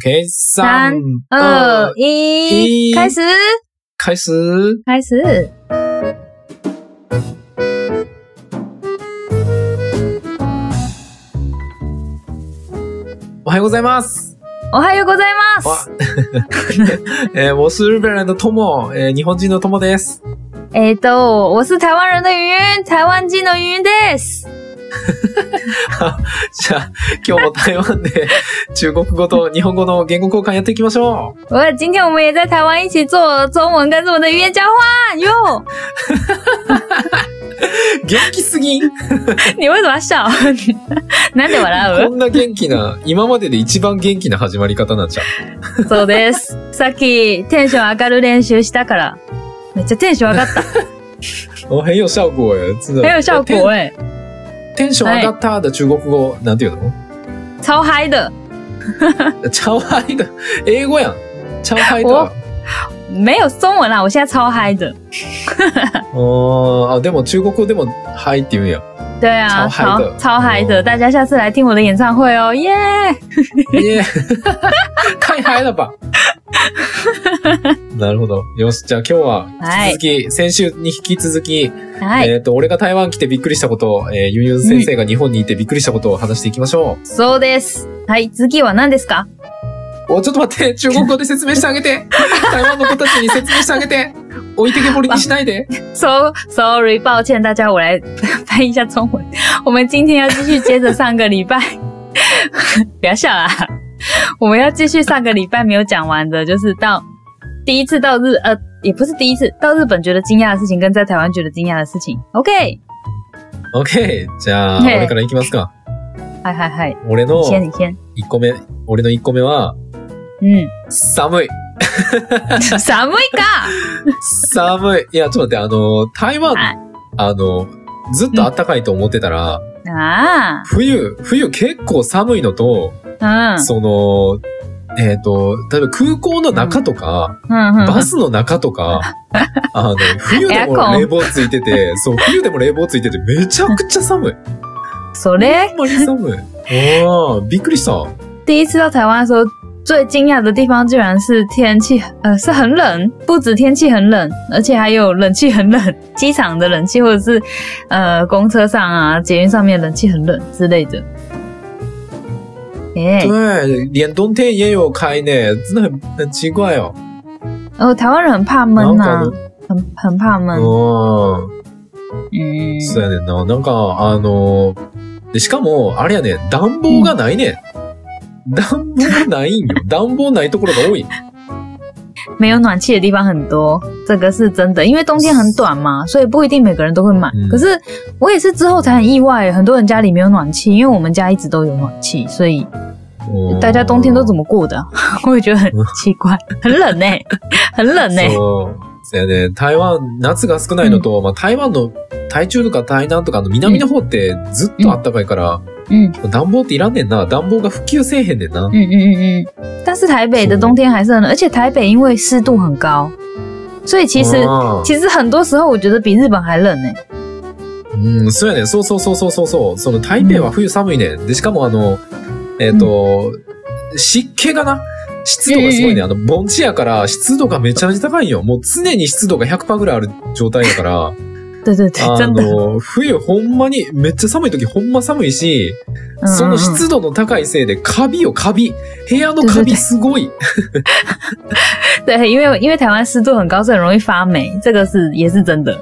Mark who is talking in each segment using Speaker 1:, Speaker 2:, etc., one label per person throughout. Speaker 1: OK，三
Speaker 2: 二
Speaker 1: 一
Speaker 2: 一，开始，
Speaker 1: 开始。
Speaker 2: 开始。
Speaker 1: おはようございます。
Speaker 2: おはようございま
Speaker 1: わ
Speaker 2: す。
Speaker 1: えー我是日本人的 Tomo，えー日本人の Tomo です。
Speaker 2: えっと，我是台湾人的云云，台湾人的云云です。
Speaker 1: じゃあ、今日も台湾で 中国語と日本語の言語交換やっていきましょう。
Speaker 2: 我今天我们也在台湾一起做中文跟日文的语言交 换哟。
Speaker 1: 元気すぎん
Speaker 2: 你为什么要笑？ なんで笑
Speaker 1: こ
Speaker 2: う？
Speaker 1: んな元気な、今までで一番元気な始まり方になっちゃう。
Speaker 2: そうです。さっきテンション上がる練習したから、めっちゃテンション上がった。
Speaker 1: お、很有效果耶。真的
Speaker 2: 很有效果
Speaker 1: テン
Speaker 2: 哎，
Speaker 1: テンション上がった的中国語、なんていうの
Speaker 2: 超嗨的。
Speaker 1: 超嗨的。英語やん。超嗨
Speaker 2: お
Speaker 1: だ。
Speaker 2: 没有中文啦，我现在超嗨的。
Speaker 1: 哦あ、でも中国語でも嗨って言うんや。
Speaker 2: 对
Speaker 1: 超
Speaker 2: 啊，
Speaker 1: 嗨的
Speaker 2: 超嗨的！
Speaker 1: 哦
Speaker 2: 大家下次来听我的演唱会哦，耶！
Speaker 1: ねえ太嗨了 吧。なるほど。よし、じゃあ今日は
Speaker 2: はい
Speaker 1: 引き続き、先週に引き続き、
Speaker 2: はい、
Speaker 1: えっ、と、俺が台湾来てびっくりしたこと、えー、ユンユン先生が日本にいてびっくりしたことを話していきましょ
Speaker 2: そうです。はい、次は何ですか
Speaker 1: う。お、ちょっと待って、中国語で説明してあげ て。台湾の子たちに説明してあげて。置いてけぼりにしないで。
Speaker 2: ？So sorry，抱歉大家，我来 翻译一下中文。我们今天要继续接着上个礼拜， 不要笑啦，我们要继续上个礼拜没有讲完的，就是到第一次到日呃，也不是第一次到日本觉得惊讶的事情，跟在台湾觉得惊讶的事情。OK，
Speaker 1: OK。じゃあ、
Speaker 2: ねえ
Speaker 1: 俺からいきますか。
Speaker 2: 嗨嗨嗨，
Speaker 1: 俺の
Speaker 2: 你先你先，
Speaker 1: 1個目、俺の1個目は、
Speaker 2: 嗯，
Speaker 1: 寒い。
Speaker 2: 什么嘎？
Speaker 1: 寒い。いや、ちょっと待って、あの、台湾
Speaker 2: はい、
Speaker 1: あの、ずっと暖かいと思ってたら、
Speaker 2: 啊，
Speaker 1: 冬、冬結構寒いのと、
Speaker 2: 嗯。
Speaker 1: その、えっ、と、例えば空港の中とか、
Speaker 2: 嗯嗯
Speaker 1: バスの中と か、あの、冬で
Speaker 2: エアコ
Speaker 1: も
Speaker 2: ン
Speaker 1: 冷房ついてて、そう、冬でも冷房ついてて、めちゃくちゃ寒い。
Speaker 2: それ
Speaker 1: ほんまに 寒い。ああ、びっくりした。
Speaker 2: 第一次到台湾的时候，最惊讶的地方居然是天气，呃，是很冷，不止天气很冷，而且还有冷气很冷，机场的冷气或者是呃公车上啊、捷运上面冷气很冷之类的。哎、
Speaker 1: 对，连冬天也有开呢，真的很很奇怪哦。
Speaker 2: 哦，台湾人很怕
Speaker 1: なん
Speaker 2: 闷呐、
Speaker 1: か
Speaker 2: 很很怕闷
Speaker 1: あ。の、うん。
Speaker 2: 嗯，
Speaker 1: そうやねんな。なんか、あので、しかも、あれやね、暖房がないね。ん、暖房ない んよ。暖房ないところが多い。
Speaker 2: 没有暖气的地方很多，这个是真的，因为冬天很短嘛，所以不一定每个人都会买。
Speaker 1: 嗯
Speaker 2: 可是我也是之后才很意外，很多人家里没有暖气，因为我们家一直都有暖气，所以大家冬天都怎
Speaker 1: 么
Speaker 2: 么过的 啊、我也觉得很奇怪，很冷 呢、很冷呢、
Speaker 1: そう。そうやね。台湾、夏が少ないのと、まあ、台湾の、台中とか台南とかの南の方ってずっと暖かいから、
Speaker 2: 嗯
Speaker 1: 暖房っていらんねんな。暖房が普及せえへんねんな
Speaker 2: 嗯。嗯嗯嗯。但是台北的冬天还是很冷，而且台北因为湿度很高，所以其实、
Speaker 1: あー
Speaker 2: 其实很多时候我觉得比日本还冷呢、
Speaker 1: うん、そうやね。そうそうそうそうそうそう。その台北は冬寒いね。で、しかもあの、えっ、と、湿気がな、湿度がすごいね。あの、盆地やから湿度がめちゃめちゃ高いんよ。もう常に湿度が100%ぐらいある状態やから、
Speaker 2: 对对啊对，
Speaker 1: あ
Speaker 2: 真的。
Speaker 1: の、冬ほんまに、めっちゃ寒い時ほんま寒いし、
Speaker 2: 嗯
Speaker 1: そ
Speaker 2: 嗯
Speaker 1: の
Speaker 2: 嗯
Speaker 1: 湿度の高いせいで、カビよ、カビ。部屋のカビすごい。
Speaker 2: 对，因为因为台湾湿度很高，所以很容易发霉，这个是也是真的。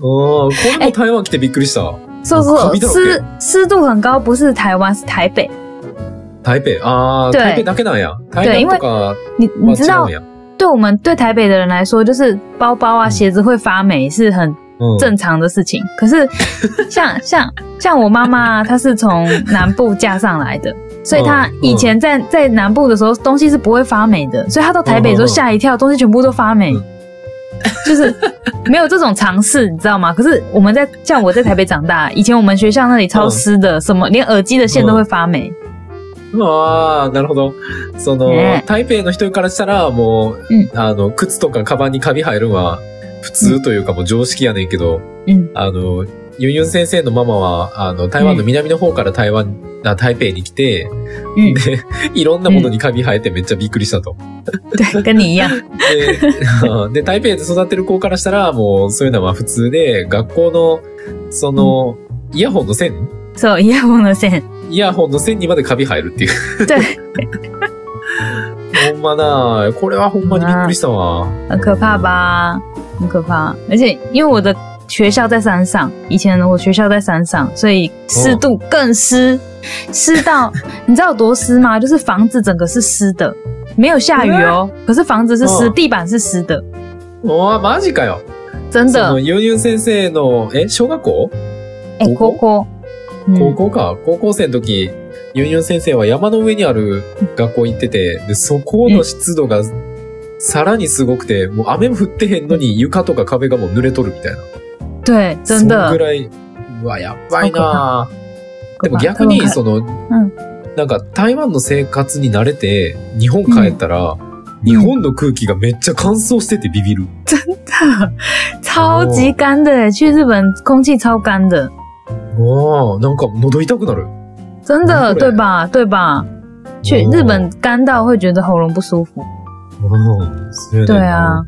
Speaker 1: うん、これも台湾来てびっくりした。カ
Speaker 2: 说说
Speaker 1: ビだらけ
Speaker 2: 湿湿度很高，不是台湾，是台北。
Speaker 1: 台北、あー、
Speaker 2: 对
Speaker 1: 台北だけなんや。台南とか
Speaker 2: 你你知
Speaker 1: は
Speaker 2: 道
Speaker 1: 違うん，や。
Speaker 2: 对我们对台北的人来说，就是包包啊、
Speaker 1: 嗯
Speaker 2: 鞋子会发霉是很
Speaker 1: うん。
Speaker 2: 正常的事情。可是像像像我妈妈啊，她是从南部嫁上来的，所以她
Speaker 1: 嗯
Speaker 2: 以前在在南部的时候，东西是不会发霉的，所以她到台北的时候
Speaker 1: 嗯嗯嗯
Speaker 2: 吓一跳，东西全部都发霉
Speaker 1: 嗯。
Speaker 2: 就是没有这种尝试，你知道吗？可是我们在像我在台北长大，以前我们学校那里
Speaker 1: 嗯
Speaker 2: 超湿的，什么连耳机的线都会发霉。
Speaker 1: ああ、なるほど。その、
Speaker 2: ね
Speaker 1: 台北の人からしたら、もう、
Speaker 2: うん
Speaker 1: あの、靴とかカバンにカビ入るんは、普通というかもう常識やねんけど、
Speaker 2: 嗯
Speaker 1: あの、ユンユン先生のママは、あの、台湾の南の方から台湾あ台北に来て、
Speaker 2: 嗯，
Speaker 1: で、 いろんなものにカビ生えてめっちゃびっくりしたと。
Speaker 2: 对，跟你一 样。
Speaker 1: でうんで、台北で育ってる子からしたら、もうそういうのは普通で、学校の、その、イヤホンの線
Speaker 2: そう、イヤホンの線。
Speaker 1: イヤホンの線にまでカビ生えるっていう。
Speaker 2: 对，
Speaker 1: ほんまなこれはほんまにびっくりしたわ。
Speaker 2: 很可怕吧？很可怕。而且因为我的学校在山上，以前我学校在山上，所以湿度更湿，湿到 你知道有多湿吗？就是房子整个是湿的，没有下雨哦，可是房子是湿，
Speaker 1: 嗯
Speaker 2: 地板是湿的，
Speaker 1: おー、マジかよ。
Speaker 2: 真
Speaker 1: そ
Speaker 2: 的
Speaker 1: の、。ユンユン先生の、え、小学校
Speaker 2: 哎，嗯
Speaker 1: 高校
Speaker 2: 高高，
Speaker 1: 高校か。高校生の時、ユンユン先生は山の上にある学校行ってて、で、そこの湿度がさらにすごくて、もう雨も降ってへんのに床とか壁がもう濡れとるみたいな。
Speaker 2: 对，真
Speaker 1: そん
Speaker 2: 的
Speaker 1: ぐ。らい、うわ、やばいなぁ
Speaker 2: 可
Speaker 1: で
Speaker 2: 怕
Speaker 1: も逆に、
Speaker 2: 他
Speaker 1: その、
Speaker 2: ん
Speaker 1: なんか台湾の生活に慣れて、日本帰ったら、日本の空気がめっちゃ乾燥しててビビる。
Speaker 2: 们看超级干的，去日本空气超干的，
Speaker 1: わあ、なんか喉痛くなる。
Speaker 2: 真
Speaker 1: 难
Speaker 2: 的，
Speaker 1: 怪
Speaker 2: 对吧？对吧？去
Speaker 1: 哦
Speaker 2: 日本干到会觉得喉咙不舒服。
Speaker 1: うん、そうやねん
Speaker 2: 对
Speaker 1: な
Speaker 2: 啊，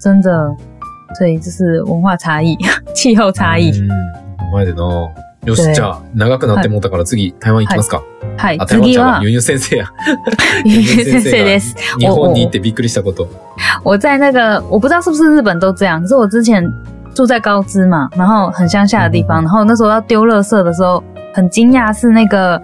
Speaker 2: 真的，所以这是文化差异、 气候差异。
Speaker 1: 嗯うん。前でな。よ
Speaker 2: で
Speaker 1: し、じゃあ、長くなってもうたから次、台湾行きますか。
Speaker 2: 嗨，
Speaker 1: 啊あ、台湾
Speaker 2: 次
Speaker 1: ちゃう
Speaker 2: は
Speaker 1: わユンユン先生 や。
Speaker 2: ゆう 先生
Speaker 1: が
Speaker 2: です。
Speaker 1: 日本に行ってびっくりしたこと。
Speaker 2: 我在那个我不知道是不是日本都这样，可是我之前住在高知嘛，然后很乡下的地方，然后那时候要丢垃圾的时候，很惊讶是那个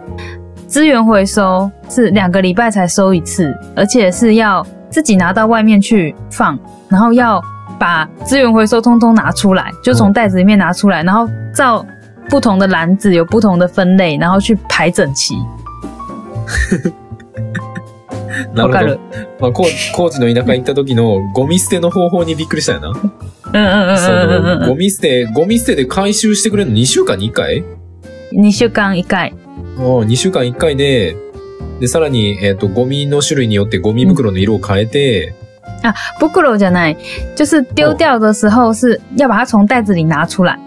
Speaker 2: 资源回收是两个礼拜才收一次，而且是要自己拿到外面去放，然后要把资源回收通通拿出来，就从袋子里面拿出来，然后照不同的篮子有不同的分类，然后去排整齐。
Speaker 1: な
Speaker 2: わか
Speaker 1: る
Speaker 2: る
Speaker 1: ほ。ど。まあ、こう高知の田舎行った時のゴミ捨ての方法にびっくりしたよな。
Speaker 2: 嗯嗯
Speaker 1: そ
Speaker 2: 嗯嗯嗯
Speaker 1: の、ゴ
Speaker 2: 嗯
Speaker 1: ミ捨て、ゴミ捨てで回収してくれるの2週間に1回
Speaker 2: 嗯，你就刚一盖，
Speaker 1: うん、2週間1回で、で、さらに、えっ、と、ゴミの種類によってゴミ袋の色を変えて、
Speaker 2: 不黒じゃない，就是丢掉的时候是要把它从袋子里拿出来。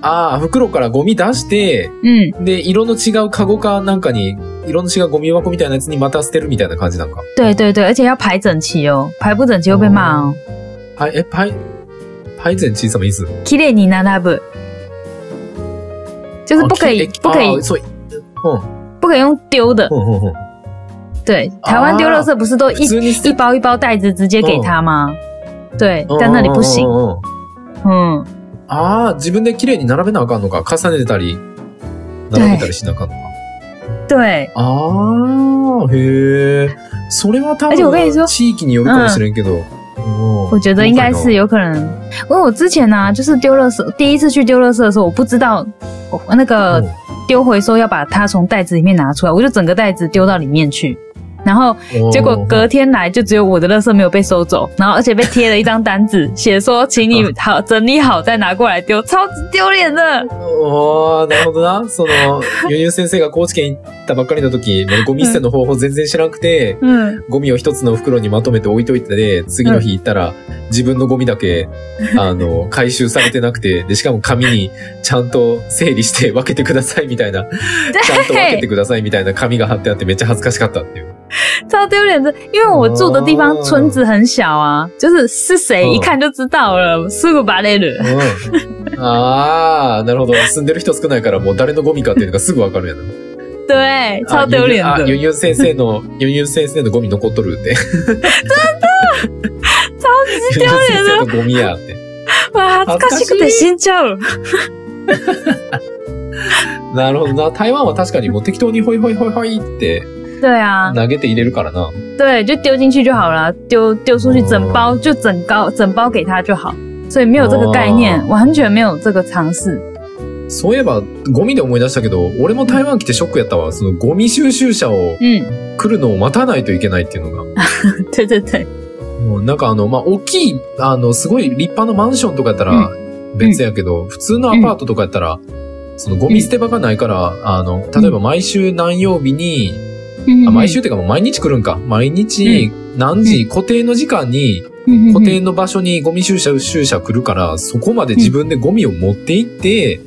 Speaker 1: ああ、袋からゴミ出して、
Speaker 2: 嗯，
Speaker 1: で、色の違うカゴかなんかに、色の違うゴミ箱みたいなやつにまた捨てるみたいな感じなんか。
Speaker 2: 对对对，而且要排整齐哦，排不整齐会被骂哦。
Speaker 1: はい、え、パイ、パイゼンチー什么意思
Speaker 2: きれいに並ぶ，就是不可以
Speaker 1: あきえ
Speaker 2: 不可以
Speaker 1: あそう、うん、
Speaker 2: 不可以用丢的。
Speaker 1: うん、うん、うん。
Speaker 2: 对，台湾丢垃圾啊不是都
Speaker 1: 普
Speaker 2: 一
Speaker 1: 通に捨て、
Speaker 2: 一包一包袋子直接给他吗？对，但那里不行
Speaker 1: うん。うんうんうん
Speaker 2: 嗯，
Speaker 1: ああ、自分で綺麗に並べなあかんのか。重ねたり、並べたりしなあかんのか。
Speaker 2: 对，
Speaker 1: ああ、へえ。それは多
Speaker 2: 而且我跟你说
Speaker 1: 分、地域によるかもしれんけど。うん
Speaker 2: 我觉得应该是有可能，因为我之前呢、就是丢垃圾，第一次去丢垃圾的时候，我不知道我那个
Speaker 1: 嗯
Speaker 2: 丢回收要把它从袋子里面拿出来，我就整个袋子丢到里面去。然后
Speaker 1: 哦
Speaker 2: 结果隔天来，就只有我的垃圾没有被收走，然后而且被贴了一张单子，写说请你好整理好再拿过来丢，超级丢脸的。
Speaker 1: ああ、なるほどな。その、ゆうゆう先生が高知県行ったばっかりの時、もうゴミ捨ての方法全然知らなくて、
Speaker 2: 嗯，
Speaker 1: ゴミを一つの袋にまとめて置いといてで、次の日行ったら、自分のゴミだけ、あの、回収されてなくて、で、しかも紙にちゃんと整理して分けてくださいみたいな、ちゃんと分けてくださいみたいな紙が貼ってあってめっちゃ恥ずかしかったっていう。
Speaker 2: 超丢脸的，因为我住的地方
Speaker 1: 哦
Speaker 2: 村子很小啊，就是是谁
Speaker 1: 嗯
Speaker 2: 一看就知道了，是个巴雷鲁。
Speaker 1: うん。 ああ、なるほど。住んでる人少ないからもう誰のゴミかっていうのがすぐわかるやな。
Speaker 2: 对，超
Speaker 1: あ
Speaker 2: 丢脸
Speaker 1: あ
Speaker 2: 的，
Speaker 1: ユンユン先生の、ユンユン先生のゴミ残っとるって。
Speaker 2: 超级
Speaker 1: ユンユン
Speaker 2: 丢脸的
Speaker 1: 先。生のゴミやって。
Speaker 2: わあ、恥ずかしくて死んじゃう。
Speaker 1: なるほどな。台湾は確かにもう適当にホイホイホイホイって
Speaker 2: 对啊，
Speaker 1: 投げて入れるからな。
Speaker 2: 对，就丢进去就好了，丢丢出去整包就整包整包给他就好，所以没有这个概念，
Speaker 1: 哦
Speaker 2: 完全没有这个尝试。
Speaker 1: そういえば、ゴミで思い出したけど、俺も台湾来てショックやったわ。そのゴミ収集車を
Speaker 2: 嗯，
Speaker 1: 来るのを待たないといけないっていうのが。
Speaker 2: 对对对，
Speaker 1: もうなんかあの、まあ、大きい、あの、すごい立派なマンションとかやったら別やけど、普通のアパートとかやったら、そのゴミ捨て場がないから、あの、例えば毎週何曜日に、あ毎週っていうかもう毎日来るんか。毎日何時、固定の時間に、固
Speaker 2: 固
Speaker 1: 定の場所にゴミ収集車来るから、そこまで自分でゴミを持って行って、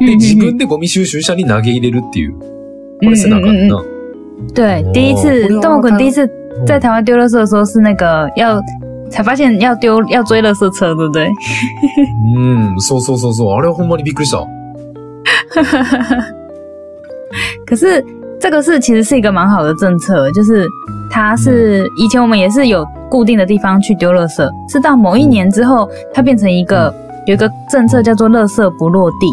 Speaker 1: で、自分でゴミ収集車に投げ入れるっていう。これせなあかんな。
Speaker 2: 对
Speaker 1: 哦，
Speaker 2: 第一次
Speaker 1: 不要啊
Speaker 2: 动物
Speaker 1: 他
Speaker 2: 滚第一次在台湾丢垃圾的时候是那个要才发现要丢要追垃圾车，对不对？
Speaker 1: うん、そうそうそうそう。あれはほんまにびっくりした。
Speaker 2: 可是这个是其实是一个蛮好的政策，就是它是、以前我们也是有固定的地方去丢垃圾，是到某一年之后，它变成一个、有一个政策叫做“垃圾不落地”，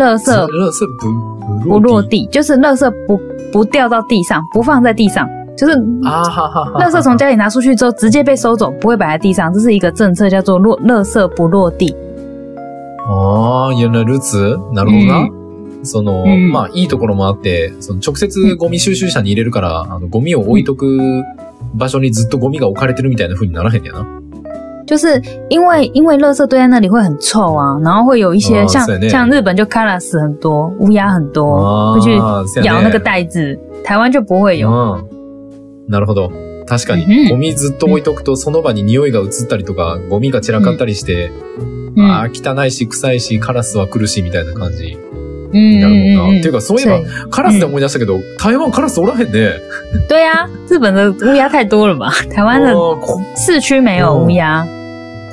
Speaker 2: 垃圾
Speaker 1: それはそれブブ
Speaker 2: 不
Speaker 1: ロ
Speaker 2: 落
Speaker 1: ディ
Speaker 2: 地就是垃圾不不掉到地上，不放在地上，就是
Speaker 1: あーはははは。
Speaker 2: 垃圾从家里拿出去之后直接被收走，不会摆在地上，这是一个政策，叫做“落垃圾不落地
Speaker 1: ああ、原来ルーツなるほどな。その、
Speaker 2: うん
Speaker 1: まあ、いいところもあって、その直接ゴミ収集車に入れるから、あの、ゴミを置いとく場所にずっとゴミが置かれてるみたいな風にならへんねやな。”，
Speaker 2: 就是因为因为垃圾堆在那里会很臭啊，然后会有一些
Speaker 1: 哦
Speaker 2: 像
Speaker 1: 是那
Speaker 2: 像日本就 c a r a s 很多，乌鸦很
Speaker 1: 哦
Speaker 2: 多，会去
Speaker 1: ああ、せや
Speaker 2: 咬那
Speaker 1: ね
Speaker 2: 个袋子，台湾就不会
Speaker 1: 哦
Speaker 2: 有。
Speaker 1: うん。なるほど。確か
Speaker 2: う
Speaker 1: に、
Speaker 2: ん
Speaker 1: ゴミずっと置いとくと、その場に匂いが移ったりとか、ゴミが散らかったりして、あ
Speaker 2: 嗯
Speaker 1: あ、汚いし、臭いし、カラスは来るし、みたいな感じ
Speaker 2: 嗯
Speaker 1: になるもんな。
Speaker 2: 嗯嗯
Speaker 1: っていう
Speaker 2: 嗯，
Speaker 1: か、そういえば、カラスで思い出したけど、台湾カラスおらへんね。
Speaker 2: 对呀、啊，日本的乌鸦太多了吧？台湾的
Speaker 1: あーこ
Speaker 2: 市区没有
Speaker 1: 哦
Speaker 2: 乌鸦。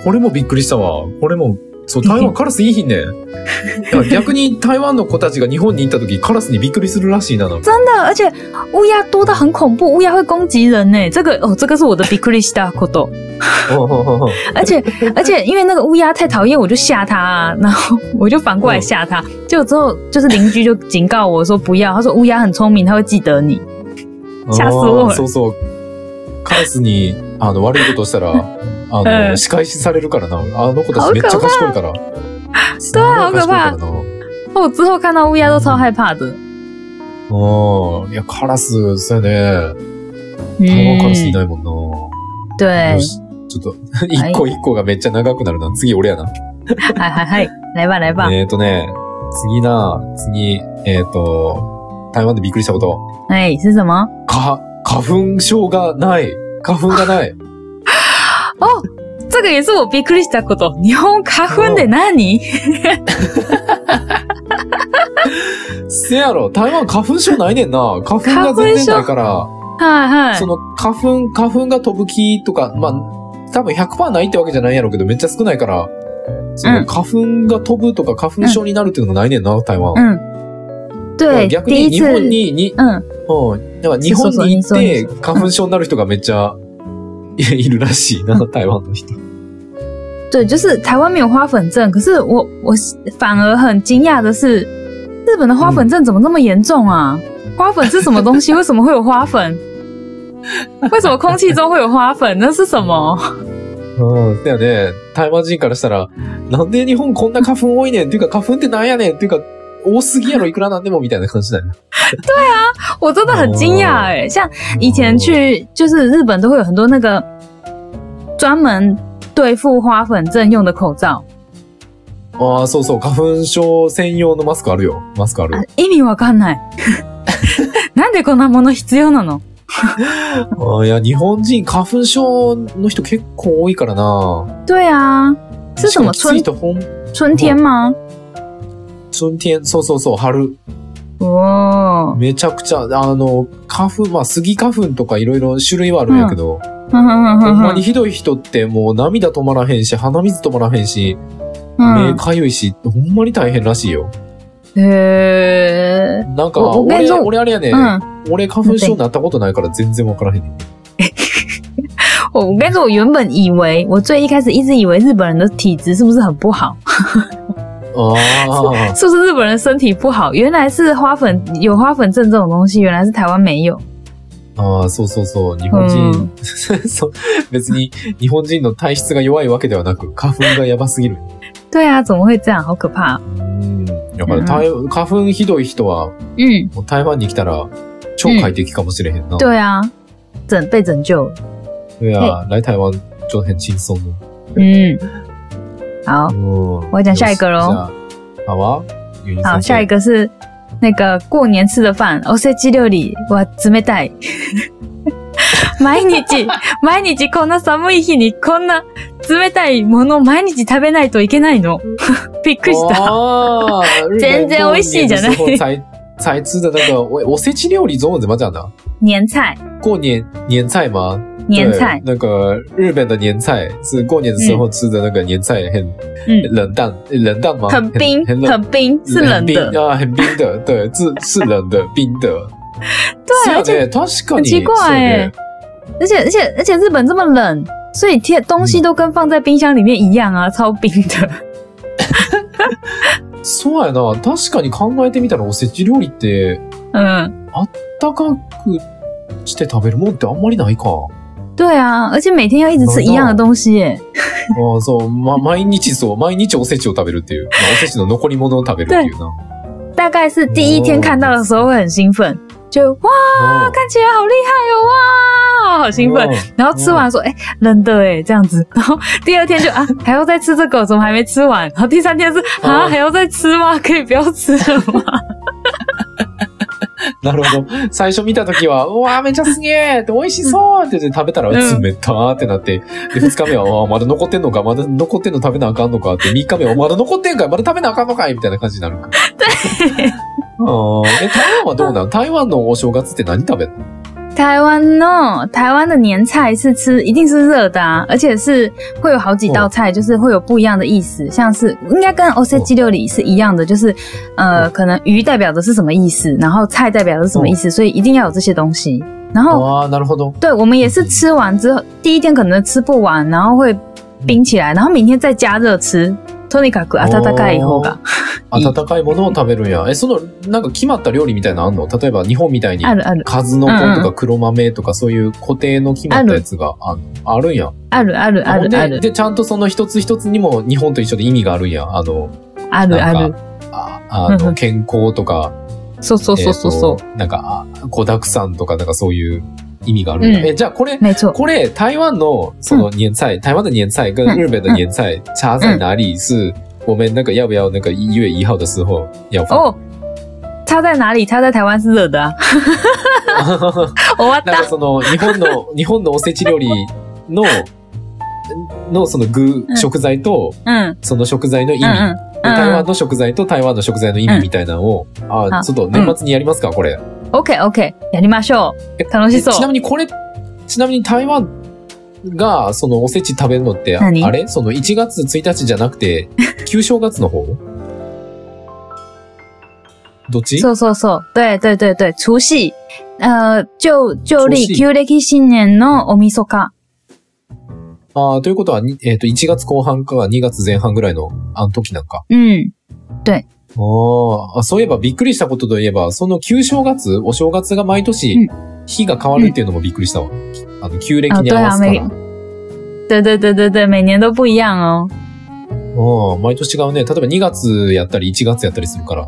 Speaker 1: これもびっくりしたわ。これも、そう、台湾カラスいいひんねん。だから逆に台湾の子たちが日本に行った時、カラスにびっくりするらしいな。なん か
Speaker 2: 真的，而且乌鸦多到很恐怖，乌鸦会攻击人呢。这个哦，这个是我的 b i k r i s t a k o t o 而且而且因为那个乌鸦太讨厌，我就吓它、啊，然后我就反过来吓它。结果之后就是邻居就警告我说不要，他说乌鸦很聪明，它会记得你。吓死我了
Speaker 1: あーそうそう。カラスに、あの、悪いことしたら、あ
Speaker 2: う
Speaker 1: の、
Speaker 2: ん
Speaker 1: 仕返しされるからな。あの子たちめっちゃ賢いから。
Speaker 2: 对啊
Speaker 1: すごい賢いから
Speaker 2: 好
Speaker 1: な。
Speaker 2: 哦，我之后看到乌鸦都超害怕的。
Speaker 1: うん。いや、カラス、そうやね。台湾カラスい
Speaker 2: 嗯，
Speaker 1: ないもんな。
Speaker 2: 对
Speaker 1: よ，し。ちょっと、 一個一個がめっちゃ長くなるな。次俺やな。
Speaker 2: 嗨嗨嗨，哎来吧来吧，
Speaker 1: えーとね、次な、次、えーと、台湾でびっくりしたこと。
Speaker 2: 哎，是什么？
Speaker 1: か、花粉症がない。花粉がない。
Speaker 2: 这个也是我 b i k r i s t a k o t o 你用卡婚的那你？
Speaker 1: せやろ、台湾花粉症ないねんな。花粉が全然ないから、
Speaker 2: 嗨嗨
Speaker 1: そ，の花粉、花粉が飛ぶ木とか、まあ、多分100%ないってわけじゃないやろうけど、めっちゃ少ないから、そうの
Speaker 2: ん
Speaker 1: 花粉が飛ぶとか花粉症になるっていうのがないねんな、台湾。
Speaker 2: 嗯，对，
Speaker 1: 逆
Speaker 2: 第
Speaker 1: に
Speaker 2: 一
Speaker 1: 日
Speaker 2: 次
Speaker 1: 本，に、に、
Speaker 2: 嗯。
Speaker 1: うん。だから日本に行って花粉症になる人がめっちゃいいるらしいな、台湾の人。
Speaker 2: 对，就是台湾没有花粉症，可是我我反而很惊讶的是，日本的花粉症怎么那么严重啊？花粉是什么 东西？为什么会有花粉？为什么空气中会有花粉？那是什么？
Speaker 1: うん。だよね。台湾人からしたら、なんで日本こんな花粉多いねんっていうか、花粉ってなんやねんっていうか、多すぎやろ、いくらなんでもみたいな感じだよね。
Speaker 2: 我真的很惊讶哎、像以前去就是日本都会有很多那个专门对付花粉症用的口罩，
Speaker 1: ああ、そうそう、花粉症専用のマスクあるよ。マスクあるよ。
Speaker 2: 意味わかん ない。なんでこんなもの必要なの？
Speaker 1: あーいや、日本人花粉症の人結構多いからな。
Speaker 2: 对啊，是什么
Speaker 1: しかも
Speaker 2: 春
Speaker 1: きついと本、
Speaker 2: 春天吗？
Speaker 1: 春天、そうそうそう、春。
Speaker 2: 哦，
Speaker 1: めちゃくちゃ、あの、花粉、まあ、杉花粉とかいろいろ種類はあるんやけど、
Speaker 2: 哼哼哼
Speaker 1: ほ
Speaker 2: 哼
Speaker 1: ん
Speaker 2: 哼
Speaker 1: まにひどい人ってもう涙止まらへんし、鼻水止まらへんし、目
Speaker 2: 嗯，
Speaker 1: かゆいし、ほんまに大変らしいよ。
Speaker 2: 呃，
Speaker 1: なんか、
Speaker 2: おお
Speaker 1: 俺、
Speaker 2: 現像
Speaker 1: 俺あれやね、
Speaker 2: 嗯，
Speaker 1: 俺花粉症になったことないから全然わからへんねん。
Speaker 2: 我我跟你说，我原本以为，我最一开始一直以为日本人的体质是不是很不好，
Speaker 1: ああ、
Speaker 2: 是不是日本人身体不好？原来是花粉有花粉症这种东西，原来是台湾没有。
Speaker 1: ああ、そうそうそう、日本人、
Speaker 2: 嗯，
Speaker 1: そう別に日本人の体質が弱いわけではなく、花粉がやばすぎる。
Speaker 2: 对啊，怎么会这样？好可怕。
Speaker 1: うん。だから、台花粉ひどい人は、
Speaker 2: 嗯，
Speaker 1: もう台湾に来たら、超快適かもしれへんな。
Speaker 2: 对啊，拯被拯救了。
Speaker 1: 对啊，来台湾就很轻松的。
Speaker 2: 嗯，好，
Speaker 1: 嗯，
Speaker 2: 我讲下一个咯
Speaker 1: 有事。是啊好啊，有意思
Speaker 2: 好，下一
Speaker 1: 个。
Speaker 2: 个是那个过年吃的饭，おせち料理は冷た い。毎日、 毎日こんな寒い日にこんな冷たいものを毎日食べ ないといけないの。びっくりした。
Speaker 1: 哇，日本
Speaker 2: 全然美味しいじゃない
Speaker 1: 过年的时候才才知的那个我我せち料理中文怎么讲的？
Speaker 2: 年菜，
Speaker 1: 过年年菜吗？
Speaker 2: 年菜
Speaker 1: 对，那个日本的年菜是过年的时候吃的那个年菜，很
Speaker 2: 嗯，
Speaker 1: 冷淡，冷淡吗？
Speaker 2: 很冰，
Speaker 1: 很
Speaker 2: 很
Speaker 1: 冷，
Speaker 2: 冰，是冷
Speaker 1: 很
Speaker 2: 的
Speaker 1: 冰。啊，很冰的，对，是是冷的，冰的。
Speaker 2: 对，
Speaker 1: そ
Speaker 2: 而
Speaker 1: う
Speaker 2: 且
Speaker 1: ね確か
Speaker 2: 很
Speaker 1: に
Speaker 2: 奇怪
Speaker 1: そう
Speaker 2: 欸
Speaker 1: ね
Speaker 2: 而且而且而且日本这么冷，所以贴东西都跟放在冰箱里面一样啊，超冰的。
Speaker 1: そうやな。確かに考えてみたらおせち料理って、
Speaker 2: 嗯，
Speaker 1: 暖かくして食べるもんってあんまりないか。
Speaker 2: 对啊，而且每天要一直吃一样的东西耶。
Speaker 1: ああ、そう、ま、毎日そう、毎日おせちを食べるっていう。まあ、おせちの残り物を食べるっていうな。
Speaker 2: 大概是第一天看到的时候会很兴奋，就哇，
Speaker 1: ああ
Speaker 2: 看起来好厉害哦，哇，好兴奋。
Speaker 1: うん
Speaker 2: 然后吃完说，哎、冷的哎，这样子。然后第二天就啊，还要再吃这个，怎么还没吃完？然后第三天是啊，
Speaker 1: 嗯
Speaker 2: 还要再吃吗？可以不要吃了吗？
Speaker 1: なるほど。最初見たときは、うわーめっちゃすげえって美味しそうって言って食べたら、
Speaker 2: うん
Speaker 1: 冷たーってなって、で、二日目は、うわーまだ残ってんのか、まだ残ってんの食べなあかんのかって、三日目は、まだ残ってんかい、まだ食べなあかんのかいみたいな感じになるんか。あーえ、台湾はどうなん台湾のお正月って何食べるの
Speaker 2: 台湾呢，台湾的年菜是吃一定是热的啊，而且是会有好几道菜，就是会有不一样的意思，像是应该跟 O C G 六里是一样的，就是呃，可能鱼代表的是什么意思，然后菜代表的是什么意思，所以一定要有这些东西。然后
Speaker 1: ああ、なるほど。
Speaker 2: 对我们也是吃完之后，第一天可能吃不完，然后会冰起来，然后明天再加热吃。とにかく温かい方が
Speaker 1: 温かいものを食べるんや。え、その、なんか決まった料理みたいなのあんの例えば日本みたいに
Speaker 2: あ、るある
Speaker 1: 数の子とか黒豆とかそういう固定の決まったやつがあんのあるんや。
Speaker 2: あるあるあ
Speaker 1: ほん
Speaker 2: る
Speaker 1: で
Speaker 2: ある
Speaker 1: で、ちゃんとその一つ一つにも日本と一緒で意味があるんや。あの、
Speaker 2: あるあ
Speaker 1: なん
Speaker 2: る
Speaker 1: か。ああ
Speaker 2: うんう
Speaker 1: の
Speaker 2: ん
Speaker 1: 健康とか、
Speaker 2: そうそうそうそうそ
Speaker 1: えーとなんか、あ子だくさんとか、なんかそういう意味があるんや。
Speaker 2: うん
Speaker 1: え、じゃあこれ
Speaker 2: う。、没错。
Speaker 1: これ、台湾のその年菜、台湾的年菜跟
Speaker 2: 嗯
Speaker 1: 日本的年菜差在哪里？是我们那个要不要那个一月一号的时候要放？
Speaker 2: 哦，差在哪里？差在台湾是热的啊！ 我哇
Speaker 1: なん
Speaker 2: 哒
Speaker 1: か，その日本 の日本のおせち料理ののその具
Speaker 2: うん
Speaker 1: 食材と
Speaker 2: 嗯
Speaker 1: その食材の意味、
Speaker 2: 嗯嗯
Speaker 1: で台湾
Speaker 2: 嗯
Speaker 1: の食材と台湾の食材の意味みたいなのを、あ
Speaker 2: あ
Speaker 1: ちょっと年末にやりますか、これ。
Speaker 2: ，OK OK，やりましょう。
Speaker 1: え
Speaker 2: 楽しそう
Speaker 1: ちなみにこれちなみに台湾がそのおせち食べるのってあ
Speaker 2: 何
Speaker 1: れその1月1日じゃなく て旧正月の方どっち
Speaker 2: そうそうそう。对对对对，除夕，呃，旧旧历
Speaker 1: 除夕
Speaker 2: 旧暦新年のおみそか。
Speaker 1: あーということは、にえっ、と、1月後半か2月前半ぐらいのあの時なんか。
Speaker 2: 嗯，
Speaker 1: ああ、そういえばびっくりしたことといえば、その旧正月、お正月が毎年、日が変わるっていうのもびっくりしたわ。あの、旧暦
Speaker 2: あ
Speaker 1: に合わせた
Speaker 2: どうや
Speaker 1: ら。
Speaker 2: 对对对对对，每年都不一样哦。
Speaker 1: うん毎年違うね。例えば2月やったり1月やったりするから、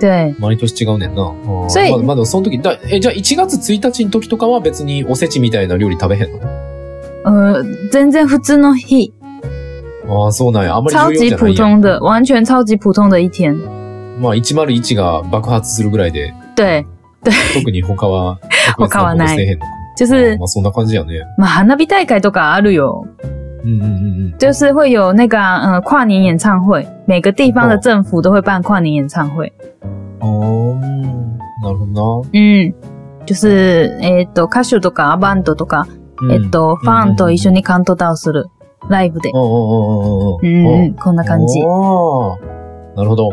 Speaker 2: 对，
Speaker 1: 毎年違うねんな。うん
Speaker 2: そうや
Speaker 1: まあ、まだその時、だえ、じゃあ1月1日の時とかは別におせちみたいな料理食べへんの
Speaker 2: 呃，真正普通の日，
Speaker 1: ああ、そうなんや。あんまり
Speaker 2: 超
Speaker 1: 重要
Speaker 2: 级
Speaker 1: じゃな
Speaker 2: 普
Speaker 1: いやん。
Speaker 2: 通的，完全超级普通的一天。
Speaker 1: まあ、101が爆発するぐらいで、
Speaker 2: 对，
Speaker 1: 特に他は、特別
Speaker 2: 他は
Speaker 1: なこと
Speaker 2: ない
Speaker 1: せえへんのか。
Speaker 2: 就是
Speaker 1: まあ、そんな感じやね。
Speaker 2: まあ花火大会とかあるよ。
Speaker 1: うんうんうんうん。
Speaker 2: 就是会有那个啊、呃跨年演唱会，每个地方的政府都会办跨年演唱会。
Speaker 1: おー、なるほどな。
Speaker 2: 嗯，就是えっと歌手とかバンドとか、
Speaker 1: うん、
Speaker 2: えっとファンと一緒にカウントダウンするライブで、
Speaker 1: おーおーおーおーおー
Speaker 2: うん
Speaker 1: おー
Speaker 2: うん、こんな感じ。
Speaker 1: おーなるほど。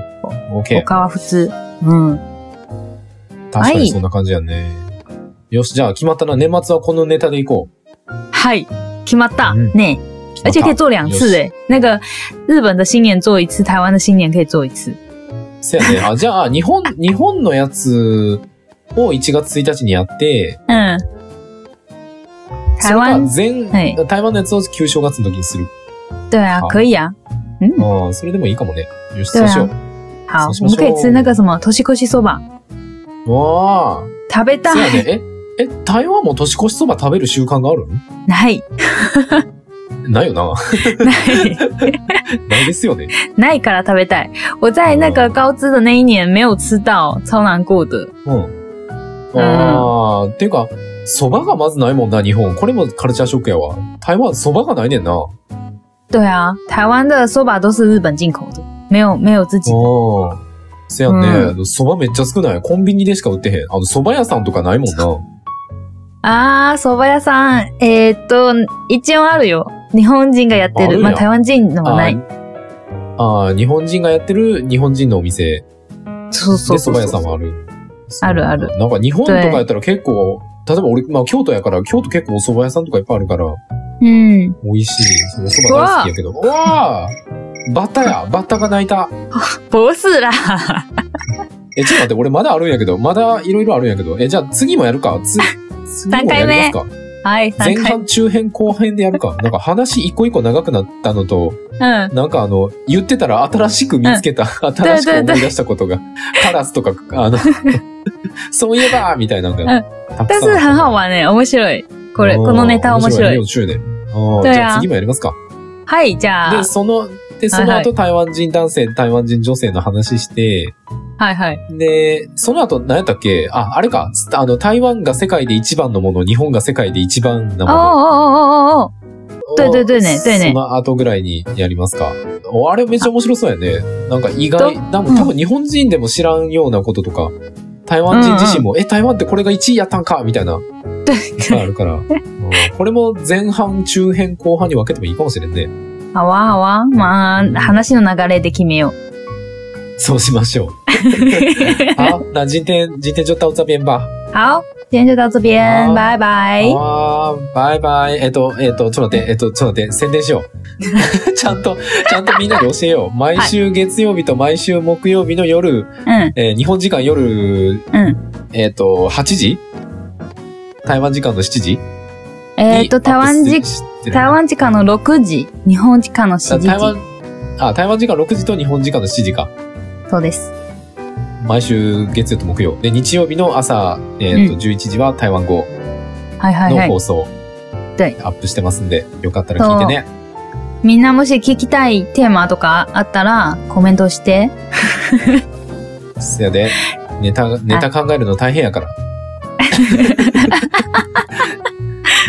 Speaker 1: OK。
Speaker 2: 他は普通。うん。
Speaker 1: 確かにそんな感じやね。よし、じゃあ決まったな。年末はこのネタでいこ
Speaker 2: はい、決まった
Speaker 1: 嗯
Speaker 2: ね。
Speaker 1: う。
Speaker 2: 而且可以
Speaker 1: 決まっ
Speaker 2: 做两次诶，那个日本的新年做一次，台湾的新年可以做一次。
Speaker 1: たせ やね。あ、じゃあ、日本、日本のやつを1月1日にやって、
Speaker 2: 嗯，台湾
Speaker 1: それか
Speaker 2: はい
Speaker 1: 前、台湾のやつを旧正月の時にする。
Speaker 2: 对啊，
Speaker 1: 好
Speaker 2: 可以啊。嗯，
Speaker 1: ああ、それでもいいかもね。よし、そう
Speaker 2: 对啊
Speaker 1: しよ
Speaker 2: 好
Speaker 1: そうし，ましょ
Speaker 2: 我们
Speaker 1: う
Speaker 2: 可以吃那个什么年越しそば，
Speaker 1: う。わあ、
Speaker 2: 食べた
Speaker 1: せや
Speaker 2: い。
Speaker 1: ね。え、え、台湾も年越しそば食べる習慣がある
Speaker 2: ない。
Speaker 1: んないよな。
Speaker 2: ない
Speaker 1: ないですよね。
Speaker 2: ないから食べたい。我在那个高知的那一年没有吃到，超难过的。
Speaker 1: うん。ああ、ていうか、蕎麦がまずないもんな、日本。これもカルチャーショックやわ。台湾蕎麦がないねんな。あ
Speaker 2: 对啊，台湾的 soba 都是日本进口的，没有没有自己的。
Speaker 1: あ。せやね、蕎麦めっちゃ少ない。コンビニでしか売ってへん。あの、蕎麦屋さんとかないもんな。
Speaker 2: あー、蕎麦屋さん。えーっと、一応あるよ。日本人がやって
Speaker 1: ある
Speaker 2: る。
Speaker 1: やん
Speaker 2: まあ、台湾人のはない。
Speaker 1: あーあー、日本人がやってる日本人のお店で
Speaker 2: そうそ
Speaker 1: 蕎
Speaker 2: うそうそう。
Speaker 1: 麦屋さんもある。
Speaker 2: あるある
Speaker 1: そうなんか日本とかやったら結構、例えば俺、まあ京都やから、京都結構お蕎麦屋さんとかいっぱいあるから、
Speaker 2: うん。
Speaker 1: 美味しい。そのお蕎麦大好きやけど。うわーバッタやバッタが泣いた。
Speaker 2: 不是啦。
Speaker 1: え、ちょっと待って、俺まだあるんやけど、まだいろいろあるんやけど。え、じゃあ次もやるか。つ次もやりますか。
Speaker 2: はい、
Speaker 1: 前
Speaker 2: 3回。
Speaker 1: 半、中編、後編でやるか。なんか話一個一個長くなったのと、
Speaker 2: うん。
Speaker 1: なんかあの、言ってたら新しく見つけた、新しく思い出したことが、カラスとか、あ の、そういえば、みたいなのが、たく
Speaker 2: 但
Speaker 1: さん
Speaker 2: 是
Speaker 1: あった
Speaker 2: 很好玩诶、面白い。これ、
Speaker 1: うん
Speaker 2: このネタ面白い。
Speaker 1: 面白いね。面白いねあー
Speaker 2: 对啊
Speaker 1: じゃあ次もやりますか。
Speaker 2: はい、じゃあ
Speaker 1: で、。その、で、その
Speaker 2: はいは
Speaker 1: 後台湾人男性、台湾人女性の話して、
Speaker 2: はいはい。
Speaker 1: で、その後何やったっけあ、あれか。あの、台湾が世界で一番のもの、日本が世界で一番なもの。
Speaker 2: おーおーおーおーおー对对对ね对ね
Speaker 1: その後ぐらいにやりますか。おあれめっちゃ面白そうやね。なんか意外、
Speaker 2: ど
Speaker 1: 多分多分日本人でも知らんようなこととか、台湾人自身も、え、台湾ってこれが1位やったんかみたいな。いっぱいあるから。うんこれも前半、中編、後半に分けてもいいかもしれんね。
Speaker 2: 好わ好わ。まあ、話の流れで決めよう。
Speaker 1: そうしましょう。好，那今天今天就到这边吧。
Speaker 2: 好，今天就到这边
Speaker 1: 好，
Speaker 2: 拜拜。
Speaker 1: 好啊，バイバイ。えっと、えっと、ちょっと待って、えっと、ちょっと待って、宣伝しよ う。ちゃんと、ちゃんとみんなに教えよう。毎週月曜日と毎週木曜日の夜、
Speaker 2: 嗯
Speaker 1: えー日本時間夜、
Speaker 2: 嗯，
Speaker 1: えっと、8時台湾時間の7時
Speaker 2: えーっと、台湾時、台
Speaker 1: 台
Speaker 2: 湾時間の6時、日本時間の7
Speaker 1: 台
Speaker 2: 時。
Speaker 1: 湾、あ、台湾時間6時と日本時間の7時か。
Speaker 2: そうです。
Speaker 1: 毎週月曜と木曜。で、日曜日の朝、えっと、
Speaker 2: う
Speaker 1: 11時は台湾語。
Speaker 2: はいはいは
Speaker 1: の
Speaker 2: い
Speaker 1: 放。送、
Speaker 2: はい
Speaker 1: アップしてますんで、よかったら聞いてね。
Speaker 2: みんなもし聞きたいテーマとかあったら、コメントして。
Speaker 1: せやで、ネタ、ネタ考えるの大変やから。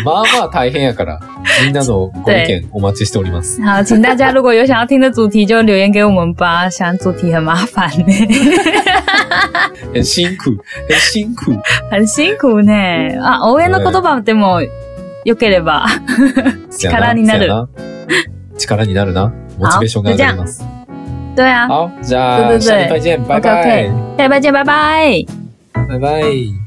Speaker 1: まあまあ大変やから、みんなのご意見お待ちしております。
Speaker 2: 好，请大家如果有想要听的主题，就留言给我们吧。想主题很麻烦呢，
Speaker 1: え、辛苦、え、辛苦。
Speaker 2: 很辛苦呢。あ、応援の言葉でも良ければ。
Speaker 1: せやな
Speaker 2: 力になる。
Speaker 1: せやな力になるな。モチベーションが上がります。
Speaker 2: 对啊，
Speaker 1: 好、じゃ
Speaker 2: 对
Speaker 1: あ、
Speaker 2: 对对
Speaker 1: 下礼拜见。バイバイ。
Speaker 2: 下礼拜见，拜拜。
Speaker 1: バイバイ。